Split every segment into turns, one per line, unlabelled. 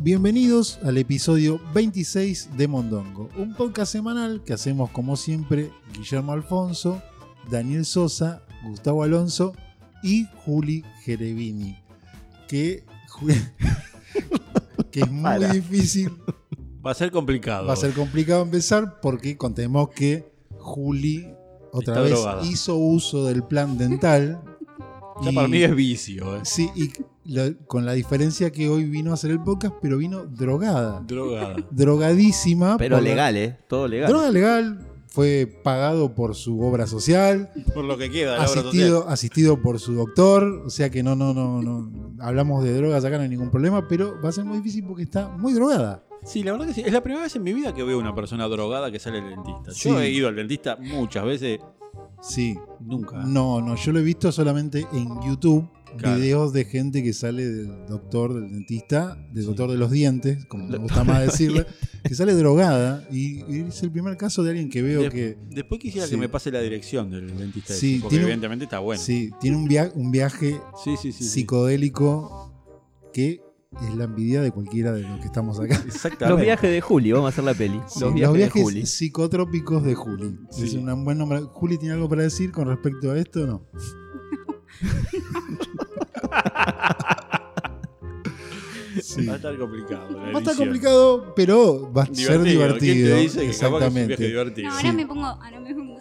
Bienvenidos al episodio 26 de Mondongo, un podcast semanal que hacemos como siempre Guillermo Alfonso, Daniel Sosa, Gustavo Alonso y Juli Gerevini, que, Ju- que es muy
Para.
difícil,
Va a ser complicado.
va a ser complicado empezar porque contemos que Juli otra
Está
vez
drogada.
hizo uso del plan dental.
Ya
y-
para mí es vicio, eh.
Sí, y lo- con la diferencia que hoy vino a hacer el podcast, pero vino drogada.
Drogada.
Drogadísima.
Pero
por la-
legal, ¿eh? Todo legal.
Droga legal, fue pagado por su obra social,
Por lo que queda,
asistido, asistido por su doctor, o sea que no, no, no, no. Hablamos de drogas acá, no hay ningún problema, pero va a ser muy difícil porque está muy drogada.
Sí, la verdad que sí. Es la primera vez en mi vida que veo una persona drogada que sale del dentista.
Sí.
Yo he ido al dentista muchas veces,
Sí.
nunca.
No, no, yo lo he visto solamente en YouTube.
Claro.
Videos de gente que sale del doctor, del dentista, del
Sí.
doctor de los dientes, como me gusta más decirle, que sale drogada y, y es el primer caso de alguien que veo
De-
que
Después quisiera
Sí.
que me pase la dirección del dentista.
Sí,
ese, porque
tiene un-
evidentemente está bueno. Sí,
sí, tiene un, via- un viaje
sí, sí. sí.
psicodélico que es la envidia de cualquiera de los que estamos acá.
Exactamente.
Los viajes de Juli, vamos a hacer la peli.
Sí,
los viajes, de Juli.
psicotrópicos de Juli. Es
Sí.
un buen nombre. ¿Juli tiene algo para decir con respecto a esto? No. Sí.
Va a estar complicado. la
Va a estar
edición.
complicado, pero va a ser divertido.
¿Quién te dice que capaz que es un viaje
Exactamente.
divertido?
No,
Este, Sí.
ahora me pongo, ahora me pongo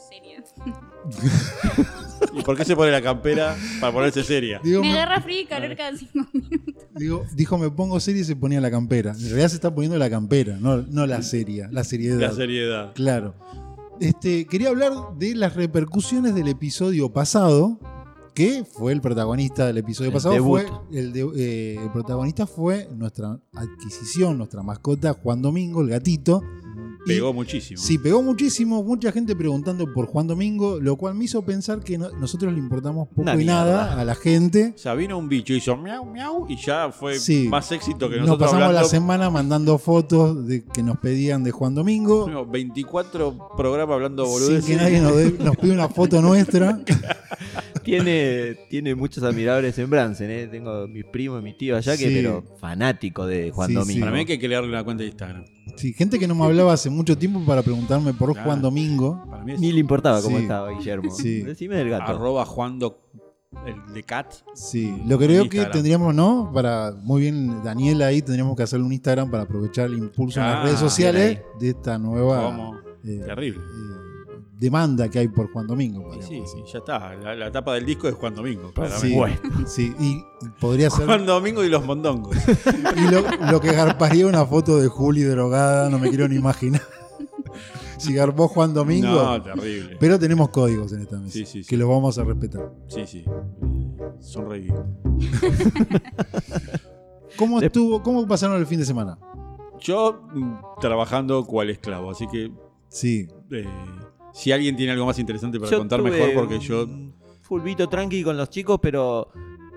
seria.
¿Y por qué se pone la campera para ponerse seria?
Digo,
Me
me-
agarra frío y calor cada cinco minutos.
digo, dijo, me pongo serie y se ponía la campera. En realidad se está poniendo la campera, no, no la serie, la seriedad.
La seriedad.
Claro. Este, quería hablar de las repercusiones del episodio pasado, que fue el protagonista del episodio
El
pasado.
debut.
Fue el, de- eh, el protagonista fue nuestra adquisición, nuestra mascota, Juan Domingo, el gatito. Y-
Pegó muchísimo.
Sí, pegó muchísimo, mucha gente preguntando por Juan Domingo, lo cual me hizo pensar que no- nosotros le importamos poco
Una
y nada
mierda.
a la gente.
O sea, vino un bicho, hizo miau, miau, y ya fue
Sí.
más éxito que
Nos
nosotros
pasamos la
hablando.
semana mandando fotos de, que nos pedían de Juan Domingo.
No, 24 programas hablando
sin
boludeces.
que nadie nos, dé- nos pida una foto nuestra.
Tiene, tiene muchos admiradores en Bransen, ¿eh? Tengo mis primos, mis tíos allá, que
Sí.
pero fanático de Juan
Sí, sí.
Domingo.
Para mí hay que crearle una cuenta de Instagram.
Sí, gente que no me hablaba hace mucho tiempo para preguntarme por
Claro.
Juan Domingo.
Para mí es
Ni le importaba cómo
Sí.
estaba Guillermo.
Sí.
Decime del gato.
arroba juando el de cat.
Sí, lo creo que
Instagram.
tendríamos, ¿no? Para, muy bien, Daniel ahí, tendríamos que hacerle un Instagram para aprovechar el impulso en las
Ah,
redes sociales
bien
de esta nueva
Como
eh,
terrible.
eh, demanda que hay por Juan Domingo.
Y
podríamos
Sí,
decir.
sí, ya está. La, la tapa del disco es Juan Domingo.
Pues Sí,
claramente.
Bueno.
sí, y podría ser.
Juan Domingo y los mondongos.
Y lo, lo que garparía una foto de Juli drogada, no me quiero ni imaginar. Si garpó Juan Domingo.
No, terrible.
Pero tenemos códigos en esta mesa
Sí, sí, sí.
que los vamos a respetar.
Sí, sí. Eh, Sonreí.
¿Cómo
De-
estuvo? ¿Cómo pasaron el fin de semana?
Yo mm, trabajando cual esclavo, así que
Sí,
eh, si alguien tiene algo más interesante para
Yo
contar,
tuve
mejor, porque yo.
un Fulvito tranqui con los chicos, pero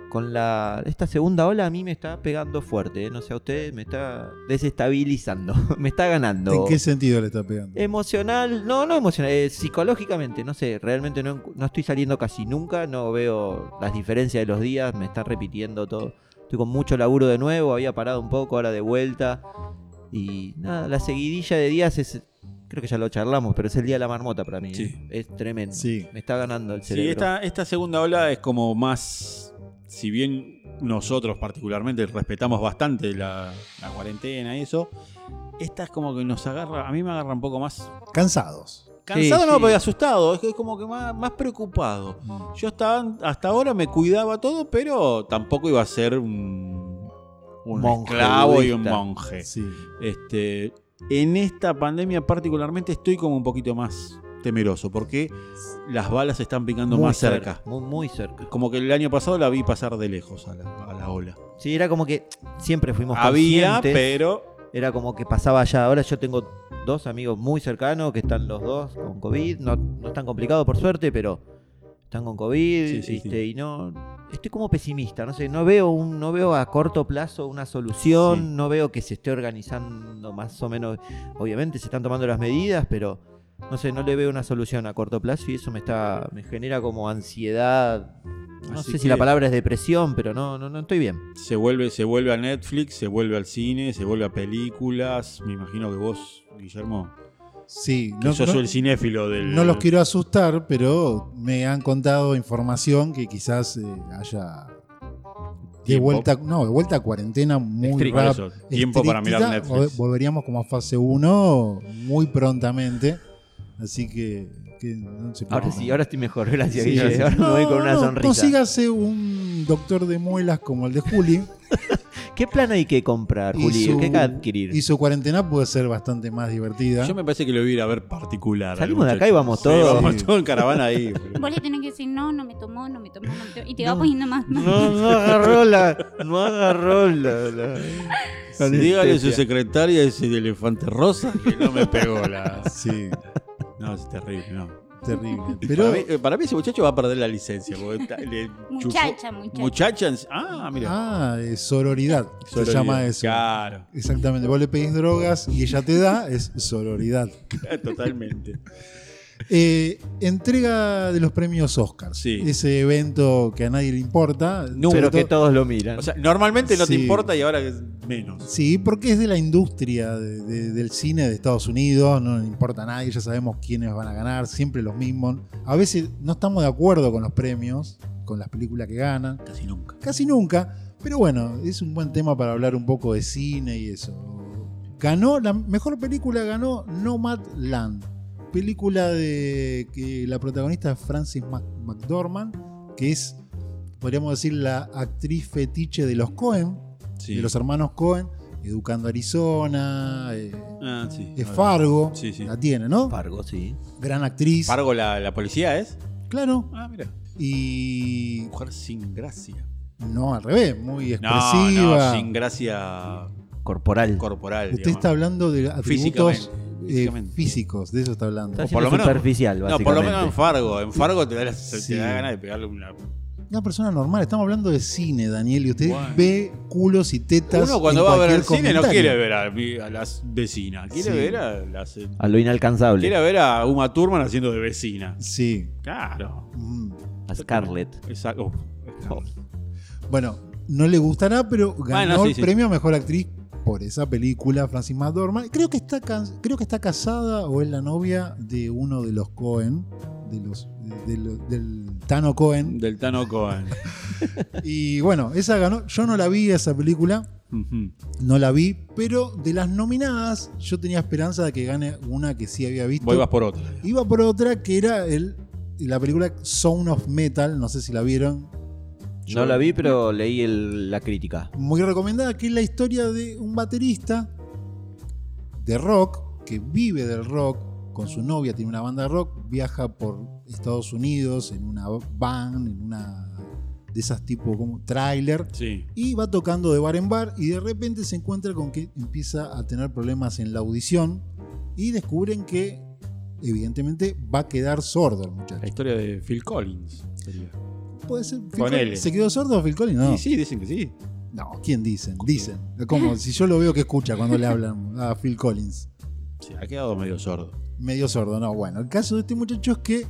con la esta segunda ola a mí me está pegando fuerte. ¿eh? No sé, a ustedes me está desestabilizando. me está ganando.
¿En qué sentido le está pegando?
Eh, Emocional, no, no emocional, eh, psicológicamente, no sé, realmente no, encu- no estoy saliendo casi nunca, no veo las diferencias de los días, me están repitiendo todo. Estoy con mucho laburo de nuevo, había parado un poco, ahora de vuelta. Y nada, la seguidilla de días es, creo que ya lo charlamos, pero es el día de la marmota para mí.
Sí.
¿eh? Es tremendo.
Sí.
Me está ganando el cerebro.
Sí, esta, esta segunda ola es como más. Si bien nosotros, particularmente, respetamos bastante la, la cuarentena y eso, esta es como que nos agarra. A mí me agarra un poco más.
Cansados.
Cansado,
Sí,
no,
sí.
pero asustado. Es, que es como que más, más preocupado. Yo estaba, hasta ahora me cuidaba todo, pero tampoco iba a ser un, un
Monje
esclavo y un
budista.
monje.
Sí.
Este, en esta pandemia, particularmente, estoy como un poquito más temeroso porque las balas están picando
Muy
más cerca.
Muy, muy cerca.
Como que el año pasado la vi pasar de lejos a la, a la ola.
Sí, era como que siempre fuimos
Había,
conscientes.
pero.
era como que pasaba allá. Ahora yo tengo dos amigos muy cercanos que están los dos con COVID. No, no están complicados, por suerte, pero están con COVID.
Sí, sí,
¿viste? Y no. Estoy como pesimista, no sé, no veo un, no veo a corto plazo una solución,
Sí.
no veo que se esté organizando más o menos. Obviamente se están tomando las medidas, pero no sé, no le veo una solución a corto plazo y eso me está me genera como ansiedad. No
Así
sé
que-
si la palabra es depresión, pero no no, no estoy bien.
Se vuelve, se vuelve a Netflix, se vuelve al cine, se vuelve a películas. Me imagino que vos, Guillermo,
Sí,
que
no,
sos
no-
el cinéfilo del.
no los quiero asustar, pero me han contado información que quizás eh, haya de
Tiempo.
vuelta, no, de vuelta a cuarentena muy
Estricto,
rápido.
eso, Tiempo para mirar Netflix.
Volveríamos como a fase 1 muy prontamente. Así que, que no se
Ahora
preocupen.
sí, ahora estoy mejor, gracias,
Sí,
Guille.
sí, sí.
Ahora me voy con una
no,
sonrisa.
No sígase un doctor de muelas como el de Juli.
¿Qué plan hay que comprar,
Y
Juli?
su-
¿Qué hay que adquirir?
y su cuarentena puede ser bastante más divertida.
Yo me parece que lo voy a ir a ver particular. al
Salimos de acá
muchacho.
y vamos
Sí,
todos.
vamos todos en caravana ahí.
Vos le tenés que decir, no, no me tomó, no me tomó, no me tomó. Y te va
No.
poniendo más. más.
No, no agarró la. No agarró la. la-
Sí, Dígale a su secretaria ese de elefante rosa que no me pegó la.
Sí,
No, es terrible, no.
terrible.
Pero
Pero,
para mí, eh, para mí ese muchacho va a perder la licencia. porque ta- le chupó-
Muchacha, muchacha.
Muchacha. en- Ah, mira.
ah, es sororidad. Se
Sororidad.
llama eso.
Claro,
Exactamente. Vos le pedís drogas y ella te da, es sororidad.
totalmente.
Eh, entrega de los premios Oscar.
Sí.
Ese evento que a nadie le importa. sobre
Pero que
todo-
todos lo miran.
O sea, normalmente no te
Sí.
importa y ahora es menos.
Sí, porque es de la industria de- de- del cine de Estados Unidos, no le importa a nadie, ya sabemos quiénes van a ganar, siempre los mismos. A veces no estamos de acuerdo con los premios, con las películas que ganan,
Casi nunca.
casi nunca, pero bueno, es un buen tema para hablar un poco de cine y eso. Ganó, la mejor película ganó Nomad Land, película de que la protagonista es Frances Mac- McDormand, que es, podríamos decir, la actriz fetiche de los Cohen
Sí.
de los hermanos Cohen, Educando Arizona, eh,
Ah, sí.
es Fargo,
Sí, sí.
la tiene, ¿no?
Fargo, sí.
Gran actriz,
Fargo la, la policía es.
claro,
Ah, mira.
y
Mujer sin gracia.
no al revés, muy
No, no,
expresiva.
sin gracia
Corporal.
corporal.
Usted
digamos.
está hablando de
Físicamente,
atributos eh,
físicamente.
físicos, de eso está hablando.
Está
por lo
siendo
menos-
superficial,
No, por lo
básicamente.
menos en Fargo. En Fargo te da, la-
Sí.
te da ganas de pegarle una.
Una persona normal, estamos hablando de cine, Daniel, y usted
Bueno.
ve culos y tetas.
Uno cuando
en
va a ver el
cualquier
cine no
comentario.
quiere ver a, mi- a las vecinas. Quiere
Sí.
ver a las. eh,
A lo inalcanzable.
Quiere ver a Uma Thurman haciendo de vecina.
Sí.
Claro.
Mm.
A Scarlett.
Exacto. Uf, exacto.
Bueno, no le gustará, pero ganó
Bueno, sí,
el
sí.
premio a mejor actriz por esa película, Francis McDormand. Creo que está can- creo que está casada o es la novia de uno de los Cohen, de los de- de lo- del Tano Cohen.
Del Tano Cohen.
Y bueno, esa ganó. Yo no la vi esa película,
Ujú.
no la vi, pero de las nominadas yo tenía esperanza de que gane una que sí había visto.
Vos ibas por otra.
Iba por otra que era el la película Sound of Metal, no sé si la vieron.
No la vi, pero leí el- la crítica.
muy recomendada, que es la historia de un baterista de rock que vive del rock con su novia, tiene una banda de rock, viaja por Estados Unidos en una van, en una de esas tipo como trailer,
Sí.
y va tocando de bar en bar y de repente se encuentra con que empieza a tener problemas en la audición y descubren que evidentemente va a quedar sordo el
La
muchacho.
historia de Phil Collins. Sería.
Puede ser Phil
Ponele.
Collins. ¿Se quedó sordo Phil Collins? No.
Y sí, dicen que sí.
No, ¿quién dicen? Dicen. Como si yo lo veo que escucha cuando le hablan a Phil Collins.
Se ha quedado medio sordo.
Medio sordo, no. Bueno, el caso de este muchacho es que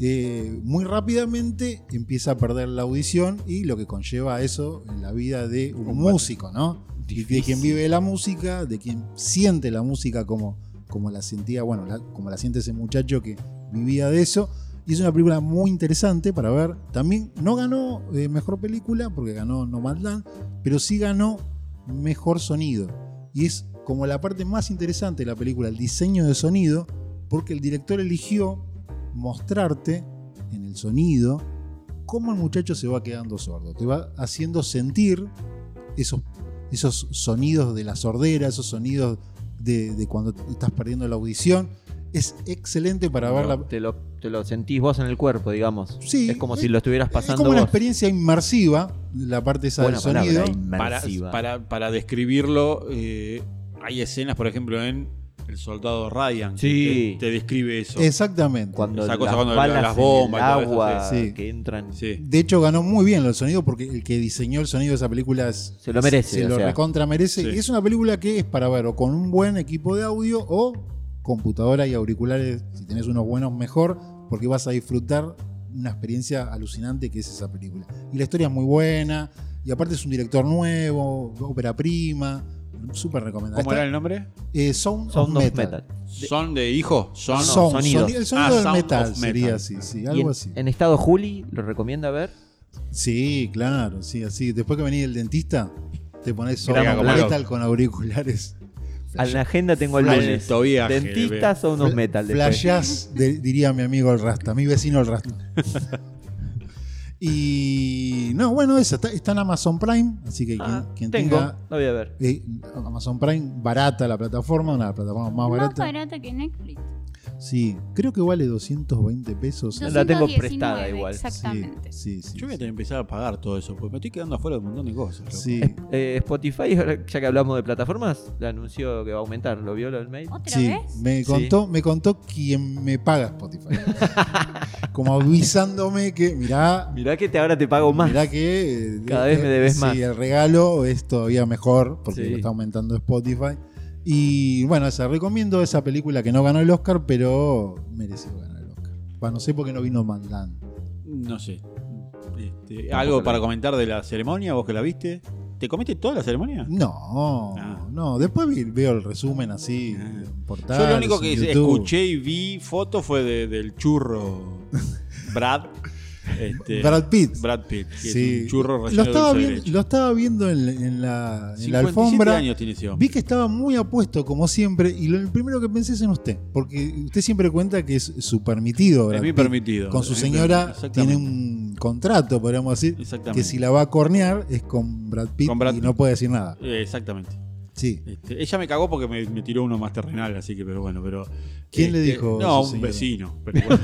eh, muy rápidamente empieza a perder la audición y lo que conlleva eso en la vida de un,
Un
músico, ¿no? Y De
Difícil.
quien vive de la música, de quien siente la música como, como la sentía, bueno, la- como la siente ese muchacho que vivía de eso. Y es una película muy interesante para ver. También no ganó eh, mejor película porque ganó Nomadland, pero sí ganó mejor sonido. Y es como la parte más interesante de la película, el diseño de sonido, porque el director eligió mostrarte en el sonido cómo el muchacho se va quedando sordo. Te va haciendo sentir esos, esos sonidos de la sordera, esos sonidos de, de cuando estás perdiendo la audición. Es excelente para ver la,
Te, lo, te lo sentís vos en el cuerpo, digamos.
Sí,
Es como
es-
si lo estuvieras
es
pasando
como una
vos.
experiencia inmersiva, la parte esa
Buena
del sonido.
palabra,
Para,
inmersiva.
para, para describirlo, eh, hay escenas, por ejemplo, en El Soldado Ryan. que
Sí.
Te, te describe eso.
Exactamente.
cuando
Esa
las
cosa cuando
balas
las
en
bombas y todo
el
eso,
agua
sí. Sí.
que entran.
Sí.
De hecho, ganó muy bien el sonido porque el que diseñó el sonido de esa película es-
Se lo merece,
Se
o
lo
sea.
recontra merece.
Sí.
Y es una película que es para ver o con un buen equipo de audio o computadora y auriculares, si tenés unos buenos, mejor, porque vas a disfrutar una experiencia alucinante que es esa película. Y la historia es muy buena, y aparte es un director nuevo, ópera prima, súper recomendada.
¿Cómo
Está-
era el nombre?
eh, Sound, of
Sound of
Metal.
¿Son de hijo? Son.
No,
Sound,
sonidos.
soni- el sonido
Ah,
del
Sound
metal
of
sería
Metal.
así, sí,
Y
algo
en,
así.
en estado Juli, lo recomienda ver.
Sí, claro, sí, así. Después que venís del dentista, te pones Sound
Gran
of
momento.
Metal con auriculares.
A la agenda tengo el lunes.
Alto viaje,
Dentistas o unos metal. después.
Flashás, de- diría mi amigo el Rasta, mi vecino el Rasta. y no, bueno, esa está, está en Amazon Prime, así que quien,
Ah,
quien
tengo,
tenga
la voy a ver.
eh, Amazon Prime, barata la plataforma, una de las plataformas más
Más
baratas.
barata que Netflix.
Sí, creo que vale 220 pesos.
La tengo
219,
prestada igual.
Exactamente.
Sí, sí, sí.
Yo voy a tener que empezar a pagar todo eso, porque me estoy quedando afuera de un montón de cosas. loco.
Sí.
Eh, Spotify, ahora, ya que hablamos de plataformas, le anunció que va a aumentar. ¿Lo vio lo del mail?
¿Otra
Sí,
vez?
me contó, me contó quien me paga Spotify. Como avisándome que, mirá,
Mirá que te, ahora te pago más.
mirá que eh,
Cada vez me debes
sí,
más.
el regalo es todavía mejor porque
Sí.
lo está aumentando Spotify. Y bueno, se recomiendo esa película que no ganó el Oscar, pero mereció ganar el Oscar. Bueno, no sé por qué no vino Mandan.
No sé. Este, ¿Algo para comentar de la ceremonia? ¿Vos que la viste? ¿Te comiste toda la ceremonia?
No,
Ah.
no. Después vi- veo el resumen así,
Ah.
en
Yo
portales,
lo único que
en YouTube.
escuché y vi foto fue de- del churro Brad. este,
Brad Pitt.
Brad Pitt, que
Sí.
es un churro relleno
lo estaba,
de dulce de
viendo,
leche.
lo estaba viendo en, en la, en la
57
alfombra.
años tiene ese hombre.
Vi que estaba muy apuesto, como siempre, y lo, el primero que pensé es en usted, porque usted siempre cuenta que es su permitido. Brad
Es mi
Pitt.
permitido.
Con su
Es mi
señora
permitido.
tiene
Exactamente.
un contrato, podríamos decir,
Exactamente.
que si la va a cornear es con Brad Pitt
Con Brad
y
Pitt.
no puede decir nada.
Eh, Exactamente.
Sí.
Este, ella me cagó porque me, me tiró uno más terrenal, así que, pero bueno, pero. este,
¿Quién le dijo
No,
su señora?
un vecino. Pero bueno.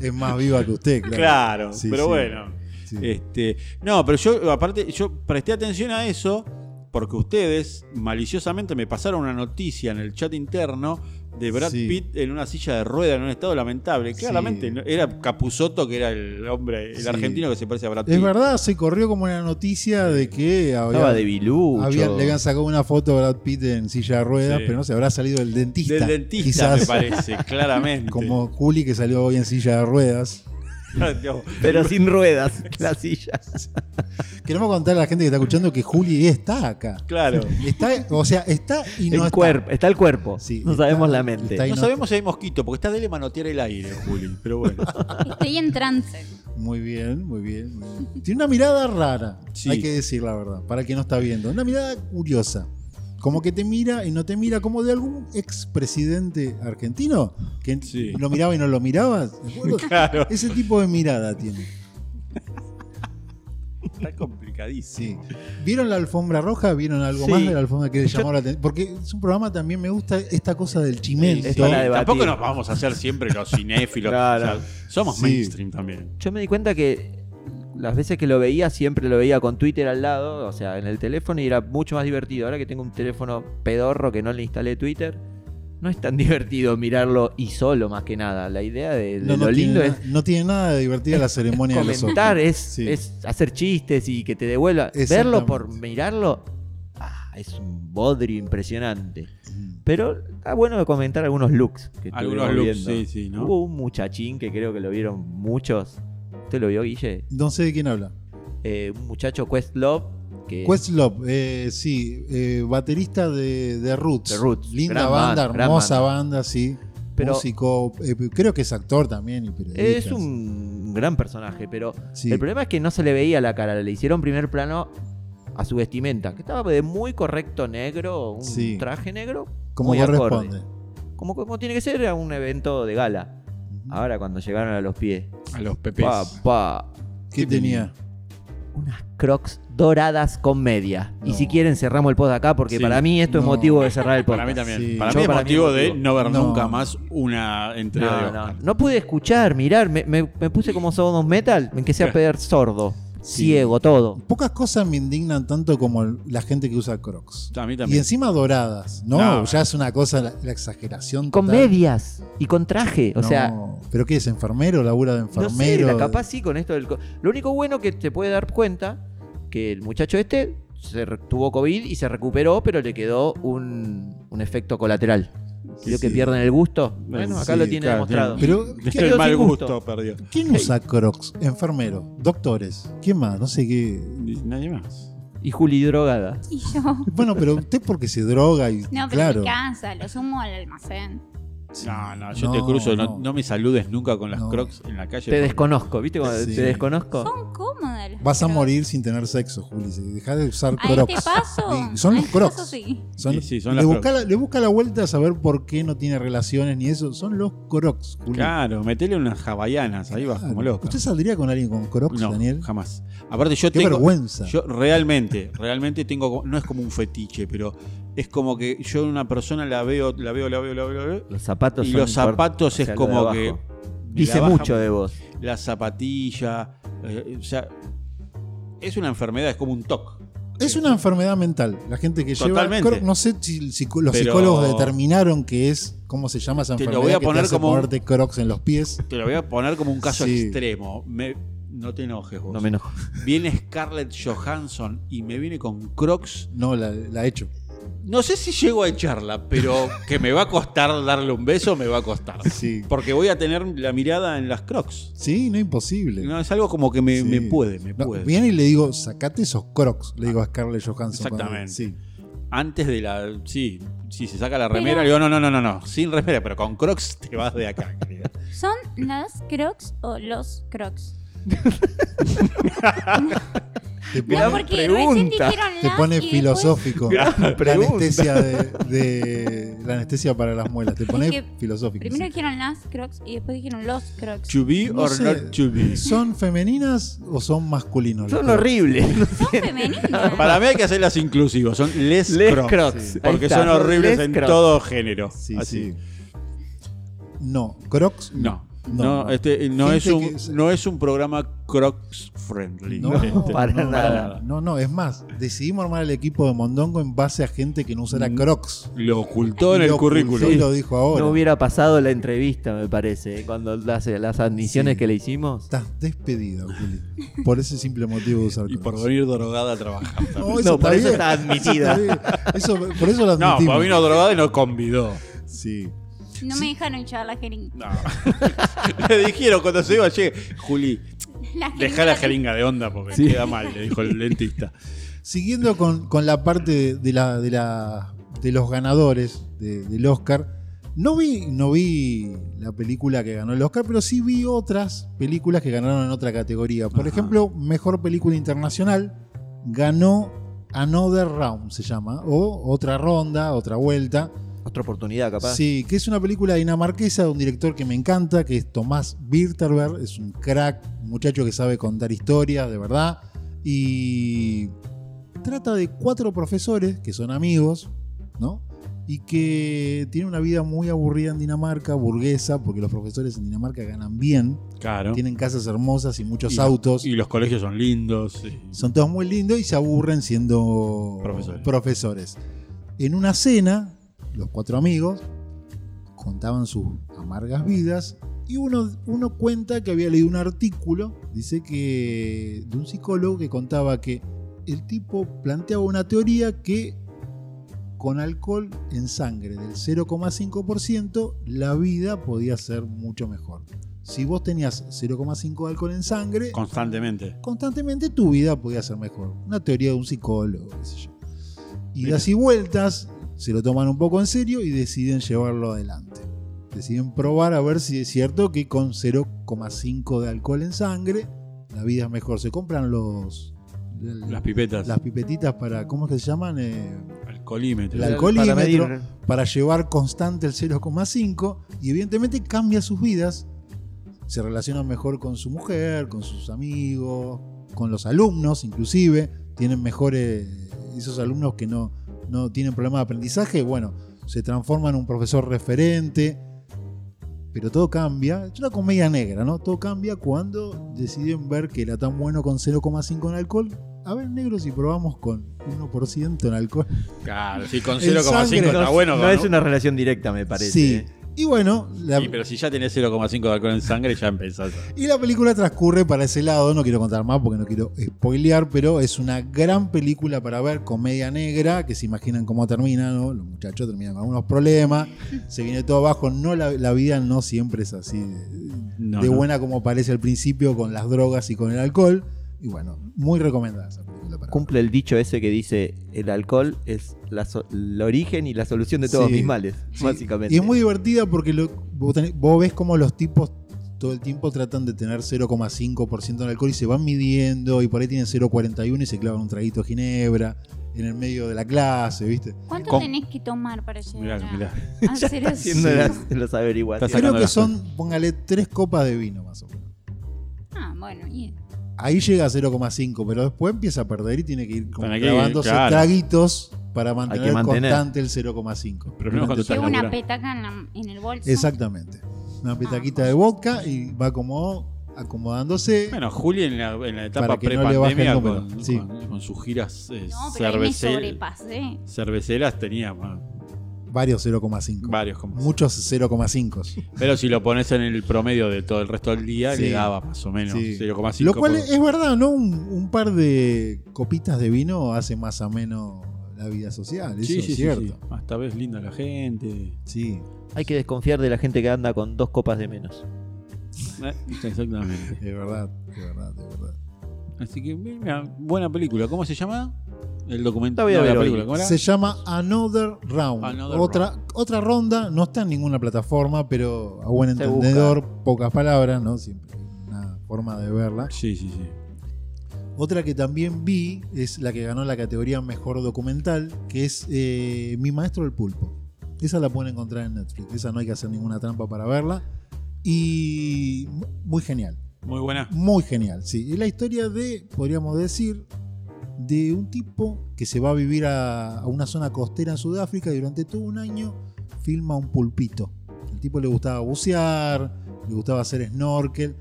Es más viva que usted, claro.
claro,
Sí,
pero
sí.
bueno.
Sí.
Este, no, pero yo, aparte, yo presté atención a eso porque ustedes maliciosamente me pasaron una noticia en el chat interno de Brad
Sí.
Pitt en una silla de rueda en un estado lamentable.
Sí.
Claramente no- era Capuzoto, que era el hombre, el
Sí.
argentino que se parece a Brad Pitt.
Es verdad, se corrió como una noticia de que
Estaba
había,
de Bilucho.
había- le habían sacado una foto a Brad Pitt en silla de ruedas,
Sí.
pero no se habrá salido del dentista.
Del dentista,
quizás,
me parece, claramente.
Como Juli que salió hoy en silla de ruedas.
No,
Pero sin ruedas, la silla.
Queremos contarle a la gente que está escuchando que Juli está acá.
claro.
Está, o sea, está y
el
no está.
cuerpo, está el cuerpo.
Sí,
no
está-
sabemos la mente.
está ahí.
No
no-
sabemos si hay mosquito, porque está dele manotear el aire, Juli. Pero bueno.
Estoy en trance.
Muy bien, muy bien, muy bien. Tiene una mirada rara,
Sí.
hay que decir la verdad, para el que no está viendo. Una mirada curiosa. Como que te mira y no te mira, como de algún expresidente argentino que
Sí.
lo miraba y no lo miraba. ¿de acuerdo?
Claro.
Ese tipo de mirada tiene.
Está complicadísimo.
Sí. ¿Vieron la alfombra roja? ¿Vieron algo
Sí.
más de la alfombra que les
Yo-
llamó la atención? Porque es un programa también me gusta esta cosa del chimento.
Es para debatir.
Tampoco nos vamos a hacer siempre los cinéfilos.
Claro.
o sea, somos
Sí.
mainstream también.
Yo me di cuenta que las veces que lo veía, siempre lo veía con Twitter al lado, o sea, en el teléfono, y era mucho más divertido. Ahora que tengo un teléfono pedorro que no le instalé Twitter, no es tan divertido mirarlo y solo, más que nada. La idea de, de
No, no
lo
tiene
lindo
na-
es
no tiene nada de divertida la ceremonia de los
comentar,
Oscars.
es,
Sí.
es hacer chistes y que te devuelva.
Exactamente.
Verlo por mirarlo, ah, es un bodrio impresionante.
Mm.
Pero está bueno de comentar algunos looks que
Algunos
estuvimos
looks,
viendo. Uh,
sí, sí, ¿no?
Hubo un muchachín que creo que lo vieron muchos. ¿Usted lo vio, Guille?
No sé de quién habla.
Eh, un muchacho Questlove que
Questlove, eh, sí, eh, baterista de, de Roots.
De Roots,
Linda
gran
banda,
banda, gran
hermosa
banda.
banda, sí.
Pero-
Músico, eh, creo que es actor también y periodista.
es un gran personaje, pero
Sí.
el problema es que no se le veía la cara, le hicieron primer plano a su vestimenta, que estaba de muy correcto negro, un
Sí.
traje negro,
Como
muy acorde.
corresponde.
Como, como tiene que ser a un evento de gala. Ahora cuando llegaron a los pies,
A los pepes.
pa, pa,
¿Qué tenía?
unas crocs doradas con media. Y
No.
si quieren cerramos el post acá porque
Sí.
para mí esto es
No.
motivo de cerrar el post.
Para mí también.
Sí.
Para
Yo
mí es
para mí es
motivo de
motivo.
no ver
No.
nunca más una entrega
No,
de
no,
Oscar.
no pude escuchar, mirar, me, me- me puse como Sound of Metal, me empecé a pegar sordo, ciego, todo.
Pocas cosas me indignan tanto como el- la gente que usa Crocs.
A mí
Y
también.
encima doradas, ¿no?
No.
Ya es una cosa, la, la exageración.
Y con
total.
medias y con traje, o
No,
sea,
¿Pero qué es? ¿Enfermero? ¿Labura de
no sé,
enfermero?
la capaz sí con esto del co- Lo único bueno que te puede dar cuenta que el muchacho este se re- tuvo COVID y se recuperó, pero le quedó un, un efecto colateral.
Sí,
Vio que
sí. Eh,
pierden el gusto. Bueno, acá
Sí,
lo tiene
claro,
demostrado.
tiene- Pero,
El
¿qué-
Quedó
mal
sin
gusto.
gusto.
perdió.
¿Quién usa Crocs? Enfermeros, doctores, ¿quién más? No sé qué.
Nadie más.
Y Juli drogada.
Y yo. No,
Bueno, pero usted porque se droga y
pero
claro.
en mi casa, lo sumo al almacén.
No, no, yo
No,
te cruzo, no.
no.
no me saludes nunca con las
No.
crocs en la calle.
Te
porque-
desconozco, ¿viste? Cuando
Sí.
te desconozco.
Son cómodas las
Vas a
crocs.
morir sin tener sexo, Juli. si Dejá de usar
A
Crocs.
este paso.
Y son
a
los
este
Crocs.
paso sí.
Son-
Sí, sí, son
le,
las
busca
Crocs.
la, le busca la vuelta a saber por qué no tiene relaciones ni eso. Son los Crocs, Juli.
Claro, metele unas hawaianas, ahí vas
Claro.
como loco.
¿Usted saldría con alguien con Crocs,
No,
Daniel?
jamás. Aparte yo
Qué
tengo
vergüenza.
yo realmente, realmente tengo como- no es como un fetiche, pero es como que yo una persona la veo, la veo, la veo, la veo, la veo
Los zapatos
y
son
los
import-
zapatos
o sea,
es
lo de
como
abajo.
que me
Dice
la baja
mucho de vos.
la zapatilla, eh, o sea, es una enfermedad, es como un TOC.
Es una enfermedad mental. La gente que lleva
Totalmente.
Crocs, no sé si el psico- los
Pero-
psicólogos determinaron que es cómo se llama esa
Te lo
enfermedad
voy a
que
poner
te hace
como un-
ponerte Crocs en los pies.
Te lo voy a poner como un caso
Sí.
extremo. Me- no te enojes vos.
No me enojo.
Viene Scarlett Johansson y me viene con Crocs.
No, la, la he hecho.
No sé si llego a echarla, pero que me va a costar darle un beso, me va a costar.
Sí.
Porque voy a tener la mirada en las Crocs.
Sí, no imposible.
No, es algo como que me,
Sí.
me puede, me
No,
puede.
viene y le digo, sacate esos crocs, le digo a Scarlett Johansson. cuando-
Exactamente.
Sí.
Antes de la. Sí, si se saca la
Pero-
remera, le digo, no, no, no, no, no. Sin remera, pero con Crocs te vas de acá, querida.
¿Son las crocs o los crocs?
Te
No,
Gran
pone,
porque recién
pregunta.
dijeron las
te pone
y después-
filosófico.
Gran
La
pregunta.
anestesia de, de- La anestesia para las muelas. Te pone
Es que
filosófico.
Primero
sí.
dijeron las crocs y después dijeron los crocs.
To be
No
or
sé.
not to be.
¿Son femeninas o son masculinos? los
Son
crocs?
horribles. No
Son femeninas.
Para mí hay que hacerlas inclusivas, son les,
Les
crocs,
Crocs,
sí.
ahí
porque
está,
son horribles
les
en
Crocs.
todo género.
Sí,
Así.
sí. No, crocs
¿Ah, No,
No,
no,
no.
este no
Gente
es un
que-
no es un programa Crocs friendly.
No,
Este,
para
no,
nada.
No, no, es más, decidimos armar el equipo de Mondongo en base a gente que no usara crocs.
Lo ocultó Mm. en el
Lo
currículum.
ocultó y lo dijo ahora.
hubiera pasado la entrevista, me parece, ¿eh? cuando las, las admisiones
Sí.
que le hicimos.
Estás despedido, Juli. Por ese simple motivo de usar
Y
crocs.
por venir drogada a trabajar. también.
No, eso
no,
está
por eso
bien.
está admitida.
Eso, por eso lo
No,
admitimos.
pues vino drogada y nos convidó.
Sí.
No me dejaron echar la jeringa.
No. le dijeron cuando se iba, che, Juli,
La
dejá la jeringa de onda porque
Sí.
queda mal, le dijo el dentista.
Siguiendo con, con la parte de, de la, de, la- de los ganadores de- del Oscar, no vi, no vi la película que ganó el Oscar, pero sí vi otras películas que ganaron en otra categoría. Por
Ajá.
ejemplo, Mejor Película Internacional ganó Another Round, se llama, o Otra Ronda, Otra Vuelta.
Otra oportunidad, capaz.
Sí, que es una película dinamarquesa de un director que me encanta, que es Tomás Birterberg, es un crack, un muchacho que sabe contar historias, de verdad, y trata de cuatro profesores que son amigos, ¿no? Y que tienen una vida muy aburrida en Dinamarca, burguesa, porque los profesores en Dinamarca ganan bien,
Claro.
tienen casas hermosas y muchos
Y-
autos.
Y los colegios son lindos. y-
Son todos muy lindos y se aburren siendo
Profesores.
profesores. En una cena, los cuatro amigos contaban sus amargas vidas y uno, uno cuenta que había leído un artículo, dice que de un psicólogo que contaba que el tipo planteaba una teoría que con alcohol en sangre del 0,5% la vida podía ser mucho mejor. Si vos tenías 0,5 de alcohol en sangre,
Constantemente.
constantemente tu vida podía ser mejor. Una teoría de un psicólogo, qué sé yo.
Mira.
Idas y vueltas, se lo toman un poco en serio y deciden llevarlo adelante. Deciden probar a ver si es cierto que con 0,5 de alcohol en sangre la vida es mejor. Se compran los
Las pipetas.
las pipetitas para, ¿cómo es que se llaman? Eh,
El colímetro.
el
Para
alcoholímetro.
medir.
para llevar constante el 0,5 y evidentemente cambia sus vidas. Se relacionan mejor con su mujer, con sus amigos, con los alumnos inclusive. Tienen mejores, esos alumnos que no, no tienen problema de aprendizaje, bueno, se transforma en un profesor referente. Pero todo cambia, es una comedia negra, ¿no? Todo cambia cuando deciden ver que era tan bueno con 0,5 en alcohol. A ver, negro, si probamos con 1% en alcohol.
Claro, sí, con
El
0,5
sangre.
está
No,
bueno.
no
con-
es una relación directa, me parece. eh.
Sí, Y bueno, la,
¿eh? Sí, pero si ya tenés 0,5 de alcohol en sangre, ya empezás. a-
Y la película transcurre para ese lado, no quiero contar más porque no quiero spoilear, pero es una gran película para ver, comedia negra, que se imaginan cómo termina, ¿no? Los muchachos terminan con algunos problemas, se viene todo abajo, no la, la vida no siempre es así de,
No,
de
no.
buena como parece al principio con las drogas y con el alcohol. Y bueno, muy recomendada esa película para
Cumple el dicho ese que dice: el alcohol es la so- el origen y la solución de todos
Sí.
mis males,
Sí,
básicamente.
Y es muy divertida porque lo- vos, tenés- vos ves como los tipos todo el tiempo tratan de tener 0,5% de alcohol y se van midiendo y por ahí tienen 0,41 y se clavan un traguito de ginebra en el medio de la clase, ¿viste?
¿Cuánto
Con-
tenés que tomar para llegar
Mirá,
a-
mirá.
a
ya
hacer
está
eso?
haciendo
Sí.
las, las averiguaciones.
Está sacando
Creo que
las
son, póngale, tres copas de vino más o menos.
Ah, bueno, y
Ahí llega a 0,5, pero después empieza a perder y tiene que ir como
Tiene que ir,
clavándose
claro.
traguitos para mantener,
mantener.
constante el 0,5.
Pero primero
Durante
cuando Estás
llevo
todo el
una
laburando.
petaca en, la- en el bolso.
Exactamente. Una petaquita de vodka y va como acomodándose.
Bueno, Juli en la, en la etapa
Para que no le baje el
prepandemia
número,
con,
sí.
con- con sus giras eh,
No, pero ahí me
cervece-
sobrepasé.
cerveceras tenía bueno,
varios 0,5.
varios. Como
Muchos 0,5.
Pero si lo pones en el promedio de todo el resto del día,
Sí.
le daba más o menos
Sí.
0,5.
Lo cual
por-
es verdad, ¿no? Un, un par de copitas de vino hace más ameno la vida social. Eso
Sí, sí,
es
sí,
cierto.
sí. Ah, esta vez linda la gente.
Sí.
Hay que desconfiar de la gente que anda con dos copas de menos.
Eh, exactamente.
es verdad, es verdad, es verdad.
Así que, mira, buena película. ¿Cómo se llama? El documental.
La voy a ver
la
hoy.
película. ¿Cómo era?
Se llama Another Round.
Another
otra, otra ronda, no está en ninguna plataforma, pero a buen
Se
entendedor, pocas palabras, ¿no? Siempre una forma de verla.
Sí, sí, sí.
Otra que también vi es la que ganó la categoría Mejor Documental, que es eh, Mi Maestro el Pulpo. Esa la pueden encontrar en Netflix. Esa no hay que hacer ninguna trampa para verla. Y mu- muy genial,
Muy buena.
muy genial, sí. Es la historia de, podríamos decir, de un tipo que se va a vivir a, a una zona costera en Sudáfrica y durante todo un año filma un pulpito. El tipo le gustaba bucear, le gustaba hacer snorkel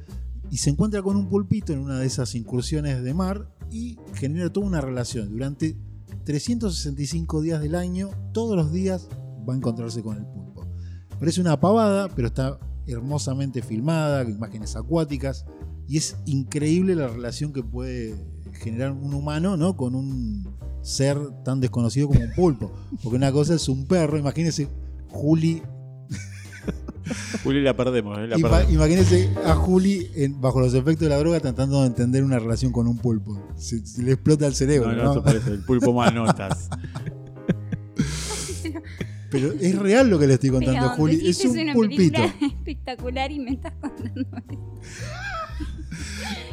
y se encuentra con un pulpito en una de esas incursiones de mar y genera toda una relación. Durante 365 días del año, todos los días va a encontrarse con el pulpo. Parece una pavada, pero está hermosamente filmada, con imágenes acuáticas y es increíble la relación que puede generar un humano, ¿no? Con un ser tan desconocido como un pulpo. Porque una cosa es un perro, imagínense Juli
Juli la perdemos, eh, la
Ima-
perdemos.
imagínense a Juli en- bajo los efectos de la droga tratando de entender una relación con un pulpo. Se, se le explota el cerebro,
No,
¿no?
no, esto parece el pulpo más notas.
Pero es real lo que le estoy
Pero
contando, Juli. Es
dijiste,
un
una
pulpito.
película espectacular y me estás contando